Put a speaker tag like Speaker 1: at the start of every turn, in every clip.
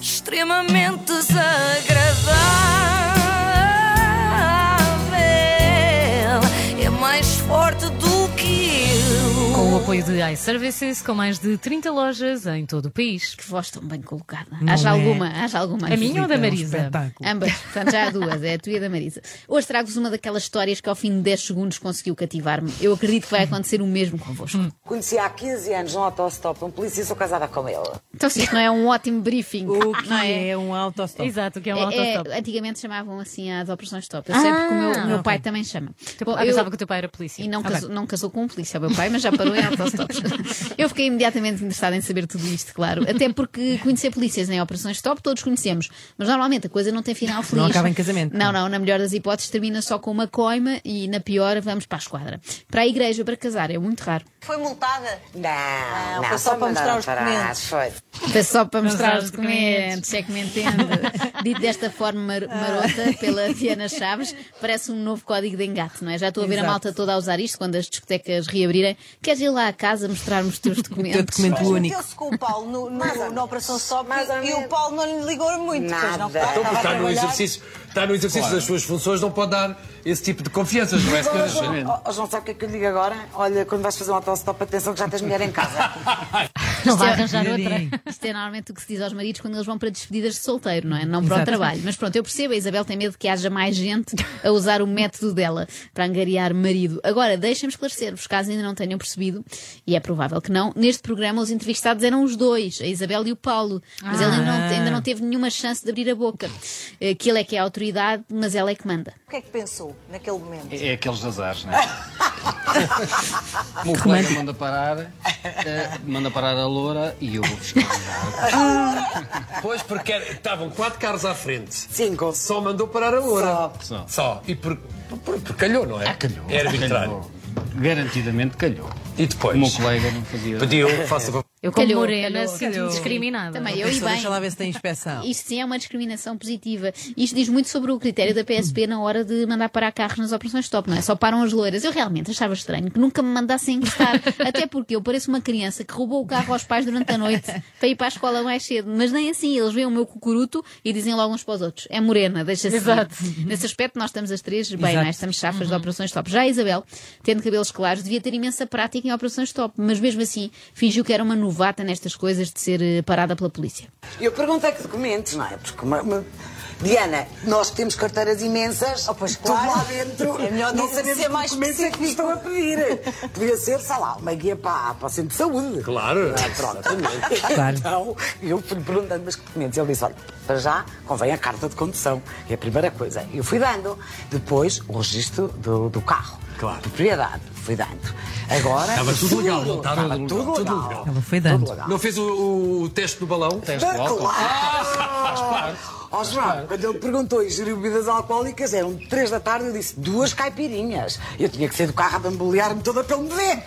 Speaker 1: extremamente desagradável. É mais forte do que eu.
Speaker 2: Com o apoio de iServices, com mais de 30 lojas em todo o país.
Speaker 3: Que voz tão bem colocada.
Speaker 4: Não
Speaker 3: haja
Speaker 4: é?
Speaker 3: alguma, haja alguma.
Speaker 2: A minha ou da
Speaker 4: É um
Speaker 2: Marisa?
Speaker 4: espetáculo.
Speaker 3: Ambas, portanto já há duas, é a tua e a da Marisa. Hoje trago-vos uma daquelas histórias que ao fim de 10 segundos conseguiu cativar-me. Eu acredito que vai acontecer o mesmo convosco.
Speaker 2: Hum.
Speaker 5: Conheci há 15 anos num autostop um polícia e sou casada com ele.
Speaker 3: Então, se isto não é um ótimo briefing,
Speaker 4: O que
Speaker 3: não é?
Speaker 4: é? um autostop?
Speaker 2: Ah, Exato, que é um
Speaker 3: É,
Speaker 2: autostop.
Speaker 3: é, antigamente chamavam assim as operações top. Eu sei porque o meu, o meu pai também chama.
Speaker 2: Teu-
Speaker 3: Bom,
Speaker 2: ah,
Speaker 3: eu-
Speaker 2: pensava que o teu pai era polícia. Ah,
Speaker 3: E não,
Speaker 4: Ah,
Speaker 3: casou, não casou com um polícia, o meu pai, mas já parou em autostops. Eu fiquei imediatamente interessada em saber tudo isto, claro. Até porque conhecer polícias em operações stop todos conhecemos. Mas normalmente a coisa não tem final feliz.
Speaker 4: acaba em casamento.
Speaker 3: Não, não. Na melhor das hipóteses termina só com uma coima e na pior vamos para a esquadra. Para a igreja, para casar, é muito raro.
Speaker 6: Foi multada?
Speaker 5: Não,
Speaker 6: Ah,
Speaker 5: não,
Speaker 6: foi só
Speaker 5: só
Speaker 6: para mostrar
Speaker 5: mandaram
Speaker 6: os
Speaker 5: parar.
Speaker 6: documentos.
Speaker 5: Foi.
Speaker 3: Foi só para mostrar
Speaker 2: Mostrar
Speaker 3: os
Speaker 2: os documentos.
Speaker 3: documentos, é que me entende. Dito desta forma mar- marota pela Diana Chaves, parece um novo código de engate, não é? Já estou a ver a
Speaker 4: Exato.
Speaker 3: malta toda a usar isto quando as discotecas reabrirem. Queres ir lá à casa mostrar-me os teus documentos?
Speaker 4: documento
Speaker 6: Mas
Speaker 4: único.
Speaker 6: meteu-se com o Paulo no, no- na Operação Stop
Speaker 5: mais ou
Speaker 6: e o
Speaker 5: menos.
Speaker 6: Paulo não lhe ligou muito.
Speaker 5: Nada.
Speaker 6: pois não,
Speaker 5: Então,
Speaker 6: Paulo
Speaker 7: Então,
Speaker 6: estava
Speaker 7: porque
Speaker 6: a
Speaker 7: está no
Speaker 6: trabalhar.
Speaker 7: exercício, está no exercício das suas funções, não pode dar esse tipo de confianças, não é? senhora Joana?
Speaker 5: Oh, oh, João, sabe o que é que eu lhe digo agora? Olha, quando vais fazer um autostop, atenção que já tens mulher em casa.
Speaker 2: Não vai
Speaker 3: Isto é-
Speaker 2: arranjar outra.
Speaker 3: Isto é normalmente o que se diz aos maridos quando eles vão para despedidas de solteiro, não é? Não para o trabalho. Mas pronto, eu percebo, a Isabel tem medo que haja mais gente a usar o método dela para angariar marido. Agora, deixem-me esclarecer-vos, caso ainda não tenham percebido, e é provável que não, neste programa os entrevistados eram os dois, a Isabel e o Paulo. Mas ele ainda
Speaker 2: Ah.
Speaker 3: não, ainda não teve nenhuma chance de abrir a boca. Eh, Que ele é que é a autoridade, mas ela é que manda.
Speaker 6: O que é que pensou naquele momento?
Speaker 8: É aqueles azares, não é? o meu colega manda parar, eh, manda parar a loura e eu vou buscar.
Speaker 7: Pois, porque era- estavam quatro carros à frente.
Speaker 5: Cinco.
Speaker 7: Só mandou parar a hora.
Speaker 8: Só.
Speaker 7: E por, por- por calhou, não é?
Speaker 8: Ah, calhou.
Speaker 7: É arbitrário.
Speaker 8: Calhou. Garantidamente calhou.
Speaker 7: E
Speaker 8: O meu
Speaker 7: depois?
Speaker 8: colega não fazia.
Speaker 7: Pediu, faça favor.
Speaker 2: Eu, como
Speaker 3: Calhou,
Speaker 2: morena,
Speaker 3: calhou,
Speaker 2: sinto-me
Speaker 3: calhou.
Speaker 2: discriminada.
Speaker 3: Também eu e
Speaker 4: Deixa,
Speaker 3: bem.
Speaker 4: deixa lá ver se tem inspeção.
Speaker 3: Isto sim é uma discriminação positiva. Isto diz muito sobre o critério da PSP na hora de mandar parar carros nas operações top, não é? Só param as loiras. Eu realmente achava estranho que nunca me mandassem encostar. Até porque eu pareço uma criança que roubou o carro aos pais durante a noite para ir para a escola mais cedo. Mas nem assim, eles veem o meu cucuruto e dizem logo uns para os outros. É morena, deixa-se. ir."
Speaker 2: Exato.
Speaker 3: Nesse aspecto, nós estamos as três bem,
Speaker 4: Exato.
Speaker 3: não é? Estamos chafas de operações top. Já a Isabel, tendo cabelos claros, devia ter imensa prática em operações top. Mas mesmo assim, fingiu que era uma novata nestas coisas de ser eh, parada pela polícia.
Speaker 5: Eu perguntei que documentos, não é? Porque uma- uma- Diana, nós que temos carteiras imensas,
Speaker 6: Oh, pois,
Speaker 5: tudo
Speaker 6: claro.
Speaker 5: lá dentro,
Speaker 6: É melhor
Speaker 5: não
Speaker 6: dizer-
Speaker 5: sabemos
Speaker 6: ser
Speaker 5: que
Speaker 6: mais
Speaker 5: documentos é que nos estão a pedir. Podia ser, sei lá, uma guia para, para o centro de saúde.
Speaker 7: Claro.
Speaker 5: Ah, pronto.
Speaker 4: Claro.
Speaker 5: Então, eu fui perguntando, mas que documentos? Ele disse, olha, para já convém a carta de condução. É a primeira coisa. Eu fui dando. Depois, o registro do, do carro.
Speaker 7: Claro.
Speaker 5: Propriedade. Fui dando. Agora...
Speaker 7: Estava tudo legal, não estava?
Speaker 5: Estava tudo
Speaker 7: Tudo
Speaker 5: legal.
Speaker 7: legal.
Speaker 4: Ela foi dando.
Speaker 5: Tudo legal.
Speaker 7: Não fez o, o teste do balão?
Speaker 8: Teste de álcool.
Speaker 7: Ah!
Speaker 5: Claro! Ó João, quando ele perguntou e geriu bebidas alcoólicas, eram três da tarde, eu disse duas caipirinhas. Eu tinha que sair do carro a bambolear-me toda pelo me ver.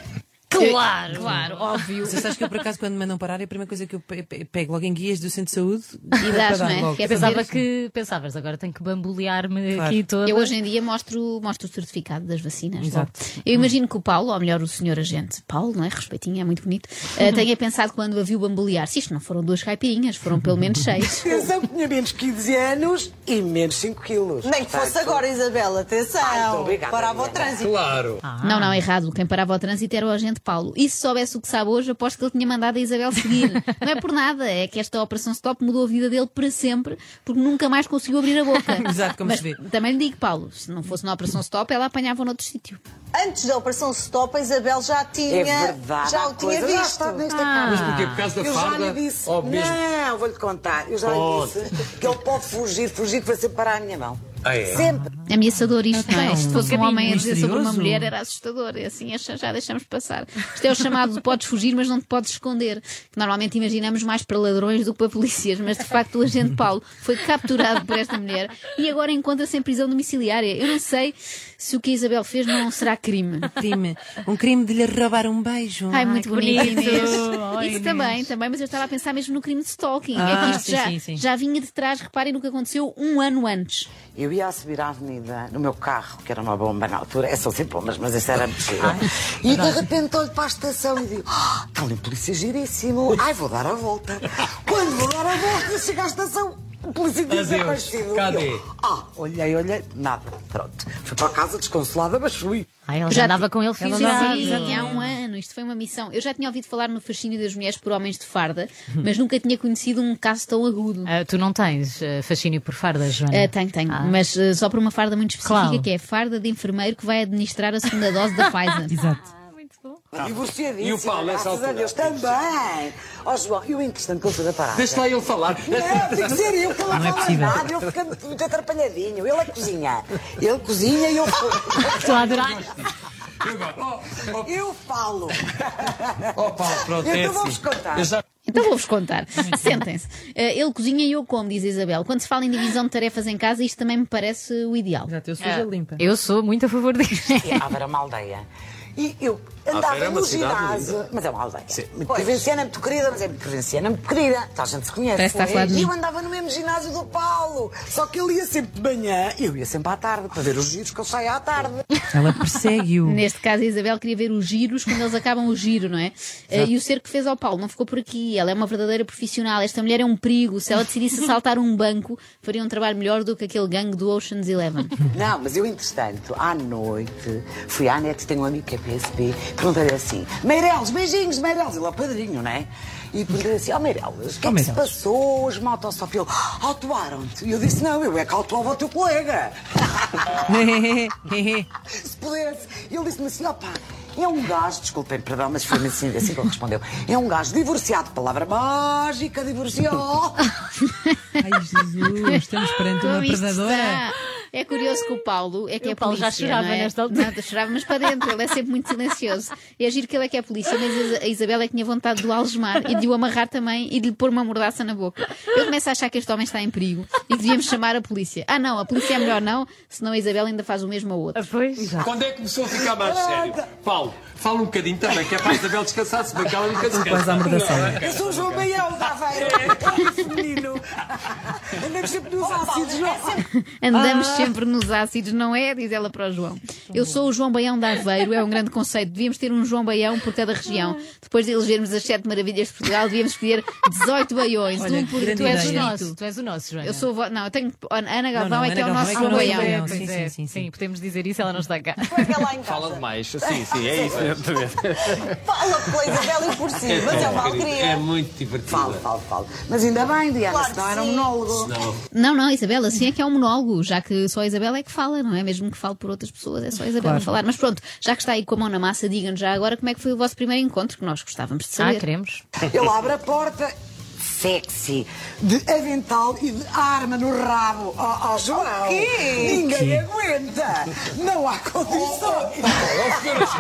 Speaker 2: Claro!
Speaker 3: Claro, óbvio.
Speaker 4: Você sabes que eu, por acaso, quando me mandam parar, é a primeira coisa que eu pe- pe- pego logo em guias do centro de saúde.
Speaker 3: E dás,
Speaker 4: para dar
Speaker 3: não é?
Speaker 4: logo.
Speaker 3: Que é para
Speaker 2: Pensava
Speaker 3: ver-
Speaker 2: que pensavas, agora tenho que bambolear-me
Speaker 4: Claro.
Speaker 2: aqui toda.
Speaker 3: Eu hoje em dia mostro, mostro o certificado das vacinas.
Speaker 4: Exato.
Speaker 3: logo. Eu imagino que o Paulo, ou melhor, o senhor agente Paulo, não é? Respeitinho, é muito bonito,
Speaker 4: Uhum.
Speaker 3: eh, tenha pensado quando a viu bambolear. Se isto não foram duas caipirinhas, foram pelo menos seis.
Speaker 5: Atenção,
Speaker 7: Uh.
Speaker 5: que tinha menos 15 anos e menos 5 quilos.
Speaker 6: Nem que fosse
Speaker 5: Portanto,
Speaker 6: agora, Isabel, atenção.
Speaker 5: Ai, muito obrigada,
Speaker 6: Parava o
Speaker 5: Diana.
Speaker 6: trânsito.
Speaker 7: Claro.
Speaker 3: Não, não, errado. Quem parava ao trânsito era o agente Paulo. E se soubesse o que sabe hoje, aposto que ele tinha mandado a Isabel seguir. não é por nada, é que esta operação stop mudou a vida dele para sempre, porque nunca mais conseguiu abrir a boca.
Speaker 4: Exato, como
Speaker 3: Mas
Speaker 4: se vê.
Speaker 3: também lhe digo, Paulo, se não fosse na operação stop, ela apanhava noutro sítio.
Speaker 6: Antes da Operação Stop, a Isabel já tinha.
Speaker 5: É verdade.
Speaker 6: já
Speaker 5: há
Speaker 6: o tinha
Speaker 5: coisa. Já
Speaker 6: visto. Ah.
Speaker 5: está nesta casa.
Speaker 7: Mas porquê? Por causa da
Speaker 5: eu já
Speaker 7: farda?
Speaker 5: lhe disse.
Speaker 8: Oh,
Speaker 7: Ou mesmo-
Speaker 5: Não, vou-lhe contar. Eu já lhe disse que ele pode fugir, fugir que vai sempre parar a minha mão.
Speaker 7: Ah, é?
Speaker 5: Sempre.
Speaker 3: Ameaçador isto, não é? Se fosse um
Speaker 2: Cabine
Speaker 3: homem a dizer sobre uma
Speaker 4: misterioso.
Speaker 3: mulher era assustador. É assim, acha- já deixamos passar. Isto é o chamado de podes fugir, mas não te podes esconder. Que normalmente imaginamos mais para ladrões do que para polícias, mas de facto o agente Paulo foi capturado por esta mulher e agora encontra-se em prisão domiciliária. Eu não sei se o que a Isabel fez não será crime.
Speaker 4: Crime. Um crime de lhe roubar um beijo.
Speaker 3: Ai, muito
Speaker 2: que
Speaker 3: bonito,
Speaker 2: bonito.
Speaker 3: Inês.
Speaker 2: Ai,
Speaker 3: Isso
Speaker 2: Inês.
Speaker 3: também, também, mas eu estava a pensar mesmo no crime de stalking. é
Speaker 4: Ah,
Speaker 3: que isto
Speaker 4: sim,
Speaker 3: já,
Speaker 4: sim, sim.
Speaker 3: já vinha de trás, reparem no que aconteceu um ano antes.
Speaker 5: Eu ia a subir à avenida no meu carro, que era uma bomba na altura, é só sem bombas, mas essa era mexida. E de repente olho para a estação e digo: ah, está ali um polícia giríssimo, ai vou dar a volta. Quando vou dar a volta, eu chego à estação, o polícia
Speaker 7: Adeus,
Speaker 5: desaparecido.
Speaker 7: cadê?
Speaker 5: E eu, Ah, olhei, olhei, nada. Pronto. Fui para casa desconsolada, mas fui.
Speaker 2: Ai, Ah, ela já,
Speaker 3: Já
Speaker 2: andava com ele
Speaker 3: Sim,
Speaker 2: fisgado.
Speaker 3: sim, há um ano, isto foi uma missão. Eu já tinha ouvido falar no fascínio das mulheres por homens de farda, mas nunca tinha conhecido um caso tão agudo.
Speaker 2: Ah, tu não tens ah, fascínio por fardas, Joana?
Speaker 3: Ah, tenho, tenho, mas ah, só por uma farda muito específica
Speaker 2: Claro.
Speaker 3: que é a farda de enfermeiro que vai administrar a segunda dose da Pfizer.
Speaker 2: Exato.
Speaker 5: Divorciadíssima.
Speaker 7: Ah. E o Paulo, nessa
Speaker 5: graças
Speaker 7: altura?
Speaker 5: a Deus, também. Ó João, eu entretanto que ele foi da parada.
Speaker 7: Deixa lá ele falar.
Speaker 5: Não, tem que ser eu que ela
Speaker 2: Não é
Speaker 5: fala
Speaker 2: possível.
Speaker 5: nada, eu ficando muito atrapalhadinho. Ele é que cozinha. Ele cozinha e eu
Speaker 2: Estou a adorar.
Speaker 5: Eu falo.
Speaker 7: Oh, Paulo, pronto,
Speaker 5: Eu
Speaker 7: é
Speaker 5: então vou-vos
Speaker 7: assim.
Speaker 5: contar.
Speaker 7: Eu já
Speaker 3: Então vou-vos contar. Sentem-se. Eh, ele cozinha e eu como, diz a Isabel. Quando se fala em divisão de tarefas em casa, isto também me parece o ideal.
Speaker 4: Exato, eu sou já limpa.
Speaker 2: Eu sou muito a favor disso.
Speaker 5: Hávara é uma aldeia. E eu
Speaker 7: Hávara
Speaker 5: andava
Speaker 7: é uma
Speaker 5: no
Speaker 7: cidade
Speaker 5: ginásio.
Speaker 7: linda.
Speaker 5: Mas é uma aldeia.
Speaker 7: Sim.
Speaker 5: Muito provinciana, muito querida, mas é muito provinciana, muito querida. Toda a gente se conhece.
Speaker 3: Parece que está a falar de
Speaker 5: e eu
Speaker 3: mim.
Speaker 5: andava no mesmo ginásio do Paulo. Só que ele ia sempre de manhã e eu ia sempre à tarde para ver os giros que ele saia à tarde.
Speaker 4: Ela persegue-o.
Speaker 3: Neste caso, a Isabel queria ver os giros quando eles acabam o giro, não é? Eh, E o cerco que fez ao Paulo não ficou por aqui. Ela é uma verdadeira profissional. Esta mulher é um perigo. Se ela decidisse assaltar um banco, faria um trabalho melhor do que aquele gangue do Ocean's Eleven.
Speaker 5: Não, mas eu, entretanto, à noite, fui à net, tenho um amigo que é PSP, perguntei-lhe assim: Meireles, beijinhos, Meireles, ele é o padrinho, não é? E perguntei assim: Ó Meireles, o que é que se passou hoje no autostop? Ele, "Ah, autuaram-te. E eu disse: Não, eu é que autuava o teu colega. se pudesse. E ele disse-me assim: opá, é um gajo, desculpem, perdão, mas foi assim, assim que ele respondeu: é um gajo divorciado, palavra mágica, divorciou.
Speaker 4: Ai, Jesus, estamos perante uma
Speaker 3: Como isto
Speaker 4: predadora.
Speaker 3: está? É curioso que o Paulo é que
Speaker 2: O
Speaker 3: é
Speaker 2: Paulo já
Speaker 3: polícia,
Speaker 2: chorava
Speaker 3: não é?
Speaker 2: nesta altura.
Speaker 3: Nada, chorava, mas para dentro, ele é sempre muito silencioso. E agir que ele é que é polícia, mas a Isabela é que tinha vontade de o algemar e de o amarrar também e de lhe pôr uma mordaça na boca. Eu começo a achar que este homem está em perigo e que devíamos chamar a polícia. Ah, não, a polícia é melhor não, senão a Isabela ainda faz o mesmo ao outro.
Speaker 2: Pois.
Speaker 7: Quando é que começou a ficar mais sério? Paulo, fala um bocadinho também, que é para a Isabel descansar, se bem que ela nunca descansa.
Speaker 4: Quase à mordação.
Speaker 5: Eu sou o João Baião da Aveiro, feminino. Andamos sempre nos ácidos, não é?
Speaker 3: Andamos sempre nos ácidos, não é? Diz ela para o João. Eu sou o João Baião de Aveiro, é um grande conceito. Devíamos ter um João Baião por cada região. Depois de elegermos as sete maravilhas de Portugal, devíamos escolher 18 baiões,
Speaker 4: Olha,
Speaker 3: um por
Speaker 4: grande
Speaker 3: tu
Speaker 2: Tu
Speaker 3: és
Speaker 2: és
Speaker 4: ideia.
Speaker 2: o
Speaker 3: bonito.
Speaker 2: nosso, tu és o nosso, Joana.
Speaker 3: Eu sou. vo- Não, eu tenho. Ana Galvão
Speaker 4: Não, não,
Speaker 3: é que é o
Speaker 4: Ana
Speaker 3: nosso
Speaker 4: Galvão
Speaker 3: João
Speaker 4: é o nosso
Speaker 3: Baião.
Speaker 4: Baião.
Speaker 2: Pois
Speaker 4: Sim,
Speaker 2: é,
Speaker 4: sim, sim, sim.
Speaker 2: podemos dizer isso, ela não está cá.
Speaker 6: Fica lá em
Speaker 8: Fala
Speaker 6: casa.
Speaker 8: demais. Sim, sim, é isso.
Speaker 6: Fala pela Isabel e por si, mas é uma
Speaker 7: É
Speaker 6: alegria.
Speaker 7: muito divertido.
Speaker 5: Falo, falo, falo. Mas ainda bem, Diana,
Speaker 6: Claro
Speaker 5: senão
Speaker 6: que
Speaker 5: era um
Speaker 6: sim.
Speaker 5: monólogo.
Speaker 3: Não, não, Isabela, assim é que é um monólogo, já que só a Isabela é que fala, não é? Mesmo que fale por outras pessoas, é só a Isabela falar. Mas pronto, já que está aí com a mão na massa, digam-nos já agora como é que foi o vosso primeiro encontro, que nós gostávamos de
Speaker 2: Ah,
Speaker 3: saber.
Speaker 2: queremos.
Speaker 5: Ele abre a porta, sexy, de avental e de arma no rabo. Ó, ó, João, ninguém aguenta. Não há
Speaker 6: Oh,
Speaker 5: condições.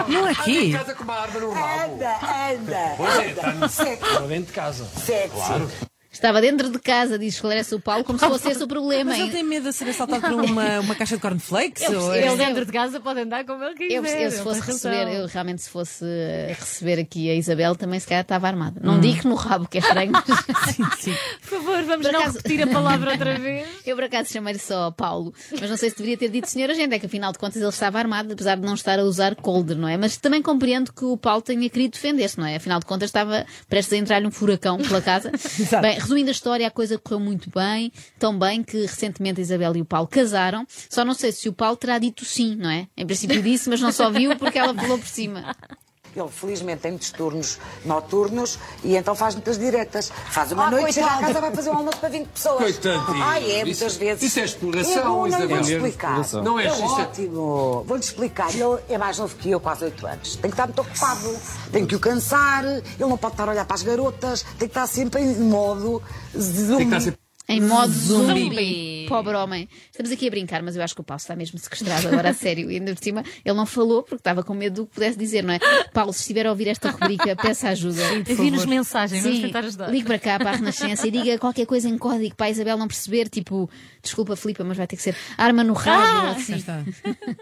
Speaker 4: Não aqui.
Speaker 7: Casa com uma árvore no
Speaker 6: oh.
Speaker 7: rabo.
Speaker 5: Anda, anda,
Speaker 6: é, tá
Speaker 5: anda. Sexy,
Speaker 7: Para dentro de casa.
Speaker 5: sexy.
Speaker 3: Estava dentro de casa, diz esclarece o Paulo, como se fosse esse o problema.
Speaker 4: Mas ele tem medo de ser assaltado por uma, uma caixa de cornflakes?
Speaker 3: Eu
Speaker 4: ou... é?
Speaker 3: percebo.
Speaker 2: Ele dentro de casa pode andar como ele quiser.
Speaker 3: Eu, eu, se
Speaker 2: ele
Speaker 3: fosse
Speaker 2: tem é, razão.
Speaker 3: receber, eu realmente se fosse eh, receber aqui a Isabel, também se calhar estava armada. Não digo no rabo, que é estranho, mas
Speaker 2: Por favor, vamos
Speaker 3: Por
Speaker 2: não
Speaker 3: acaso-
Speaker 2: repetir a palavra outra vez.
Speaker 3: eu por acaso chamei-lhe só Paulo, mas não sei se deveria ter dito senhor agente, é que afinal de contas ele estava armado, apesar de não estar a usar colder, não é? Mas também compreendo que o Paulo tenha querido defender-se, não é? Afinal de contas estava prestes a entrar-lhe um furacão pela casa. bem, resumindo a história, a coisa correu muito bem, tão bem que recentemente a Isabel e o Paulo casaram, só não sei se o Paulo terá dito sim, não é? Em princípio disse, mas não só viu porque ela pulou por cima.
Speaker 5: Ele felizmente tem muitos turnos noturnos e então faz muitas diretas. Faz uma
Speaker 6: Ah,
Speaker 5: noite, chega à
Speaker 6: coitado.
Speaker 5: Oh, casa, vai fazer um almoço para 20 pessoas.
Speaker 7: Coitadinho.
Speaker 5: Ai, é,
Speaker 7: Isso-
Speaker 5: muitas vezes.
Speaker 7: isso é exploração,
Speaker 5: É bom, não,
Speaker 7: Isabel.
Speaker 5: vou-lhe explicar.
Speaker 7: Exploração. Não é
Speaker 5: é
Speaker 7: justo, é-
Speaker 5: ótimo. Vou-lhe explicar. Ele é mais novo que eu, quase 8 anos. Tem que estar muito ocupado, tem que o cansar, ele não pode estar a olhar para as garotas, tem que estar sempre em modo zumbi.
Speaker 7: Tem que estar sempre-
Speaker 3: Em modo zumbi.
Speaker 2: Zumbi.
Speaker 3: Pobre homem. Estamos aqui a brincar, mas eu acho que o Paulo está mesmo sequestrado agora, a sério. E ainda por cima, ele não falou porque estava com medo do que pudesse dizer, não é? Paulo, se estiver a ouvir esta rubrica, peça ajuda.
Speaker 2: Envie-nos mensagem, vamos tentar ajudar.
Speaker 3: ligue para cá, para a Renascença, e diga qualquer coisa em código para a Isabel não perceber, tipo, desculpa, Filipa, mas vai ter que ser arma no
Speaker 2: Ah!
Speaker 3: rabo.
Speaker 4: Cá
Speaker 3: assim.
Speaker 4: está.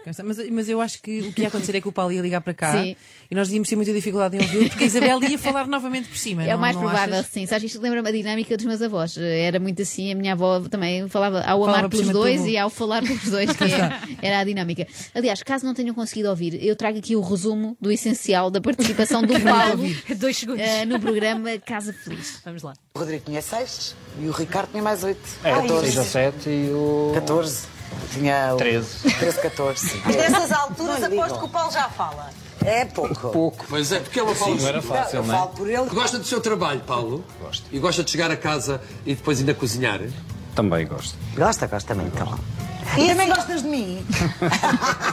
Speaker 4: Cá está. Mas, mas eu acho que o que ia acontecer é que o Paulo ia ligar para cá
Speaker 3: Sim.
Speaker 4: e nós íamos ter muita dificuldade em ouvi-lo porque a Isabel ia falar novamente por cima.
Speaker 3: É o
Speaker 4: não-
Speaker 3: mais
Speaker 4: não
Speaker 3: provável,
Speaker 4: achas?
Speaker 3: sim. Sabes, isto lembra-me a dinâmica dos meus avós. Eh, Era muito assim, assim, a minha avó também falava ao amar
Speaker 4: por
Speaker 3: pelos
Speaker 4: cima do
Speaker 3: dois
Speaker 4: amor.
Speaker 3: e ao falar pelos dois, que é- era a dinâmica. Aliás, caso não tenham conseguido ouvir, eu trago aqui o resumo do essencial da participação do Paulo
Speaker 2: Dois segundos.
Speaker 3: eh, no programa Casa Feliz.
Speaker 2: Vamos lá.
Speaker 5: O Rodrigo tinha 6 e o Ricardo tinha mais 8.
Speaker 7: É,
Speaker 8: Era 6 ou 7 e o.
Speaker 5: 14. Tinha o-
Speaker 8: 13.
Speaker 5: 13, 14.
Speaker 6: Mas nessas alturas
Speaker 5: Não lhe
Speaker 6: aposto
Speaker 5: ligam.
Speaker 6: que o Paulo já fala.
Speaker 5: É pouco.
Speaker 8: Pouco.
Speaker 7: Mas é porque ela fala
Speaker 8: não era fácil,
Speaker 5: eu
Speaker 8: não
Speaker 5: falo
Speaker 8: é?
Speaker 5: por ele.
Speaker 7: Gosta do seu trabalho, Paulo?
Speaker 8: Gosto.
Speaker 7: E gosta de chegar a casa e depois ainda cozinhar?
Speaker 8: Também gosto.
Speaker 5: Gosta, gosta muito. Então.
Speaker 6: E também gostas de mim?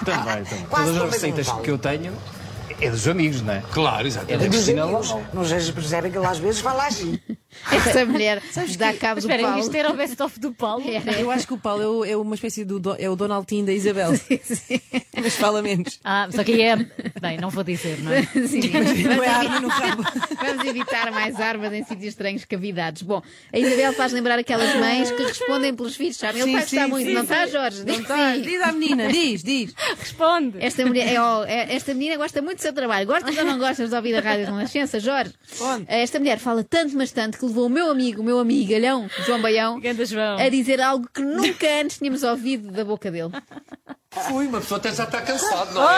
Speaker 8: Também, também.
Speaker 5: Quase
Speaker 8: Todas
Speaker 5: também
Speaker 8: as receitas
Speaker 5: não vale.
Speaker 8: que eu tenho é dos amigos, não é?
Speaker 7: Claro,
Speaker 8: É da
Speaker 7: exatamente.
Speaker 5: Dos
Speaker 8: Cristina
Speaker 5: amigos.
Speaker 8: Lobo.
Speaker 5: Nos percebem que ele às vezes vai lá agir.
Speaker 3: Essa mulher dá cabo
Speaker 2: Mas
Speaker 3: do
Speaker 2: espera,
Speaker 3: Paulo.
Speaker 2: isto era o best-of do Paulo.
Speaker 4: Eu acho que o Paulo é, o- é uma espécie do do- é o Donaldinho da Isabel, mas fala menos.
Speaker 2: Ah, só que é. Bem, não vou dizer, não é?
Speaker 3: Sim.
Speaker 4: Não é a árvore no rabo.
Speaker 3: Vamos evitar mais armas em sítios estranhos, cavidades. Bom, a Isabel faz lembrar aquelas mães que respondem pelos filhos. Sabe? Ele
Speaker 4: Sim,
Speaker 3: vai gostar
Speaker 4: sim,
Speaker 3: muito,
Speaker 4: sim,
Speaker 3: não
Speaker 4: sim.
Speaker 3: está, Jorge? Diz que
Speaker 4: Tá,
Speaker 3: sim.
Speaker 4: diz à menina, diz, diz.
Speaker 2: Responde.
Speaker 3: Esta, mulher, é, ó, é- esta menina gosta muito do seu trabalho. Gostas ou não gostas de ouvir a Rádio Renascença, Jorge? Eh,
Speaker 4: Onde?
Speaker 3: Esta mulher fala tanto, mas tanto, que levou o meu amigo, o meu amigalhão, João Baião,
Speaker 2: Ganda João.
Speaker 3: a dizer algo que nunca antes tínhamos ouvido da boca dele.
Speaker 7: Fui, uma pessoa até já está cansada, não é?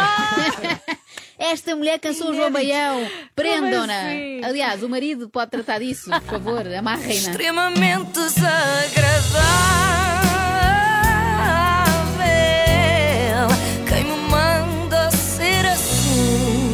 Speaker 3: Esta mulher cansou o João Baião. Prendam-na.
Speaker 2: assim?
Speaker 3: Aliás, o marido pode tratar disso, por favor. Amarrem-na.
Speaker 1: extremamente desagradável. Quem me manda ser assim?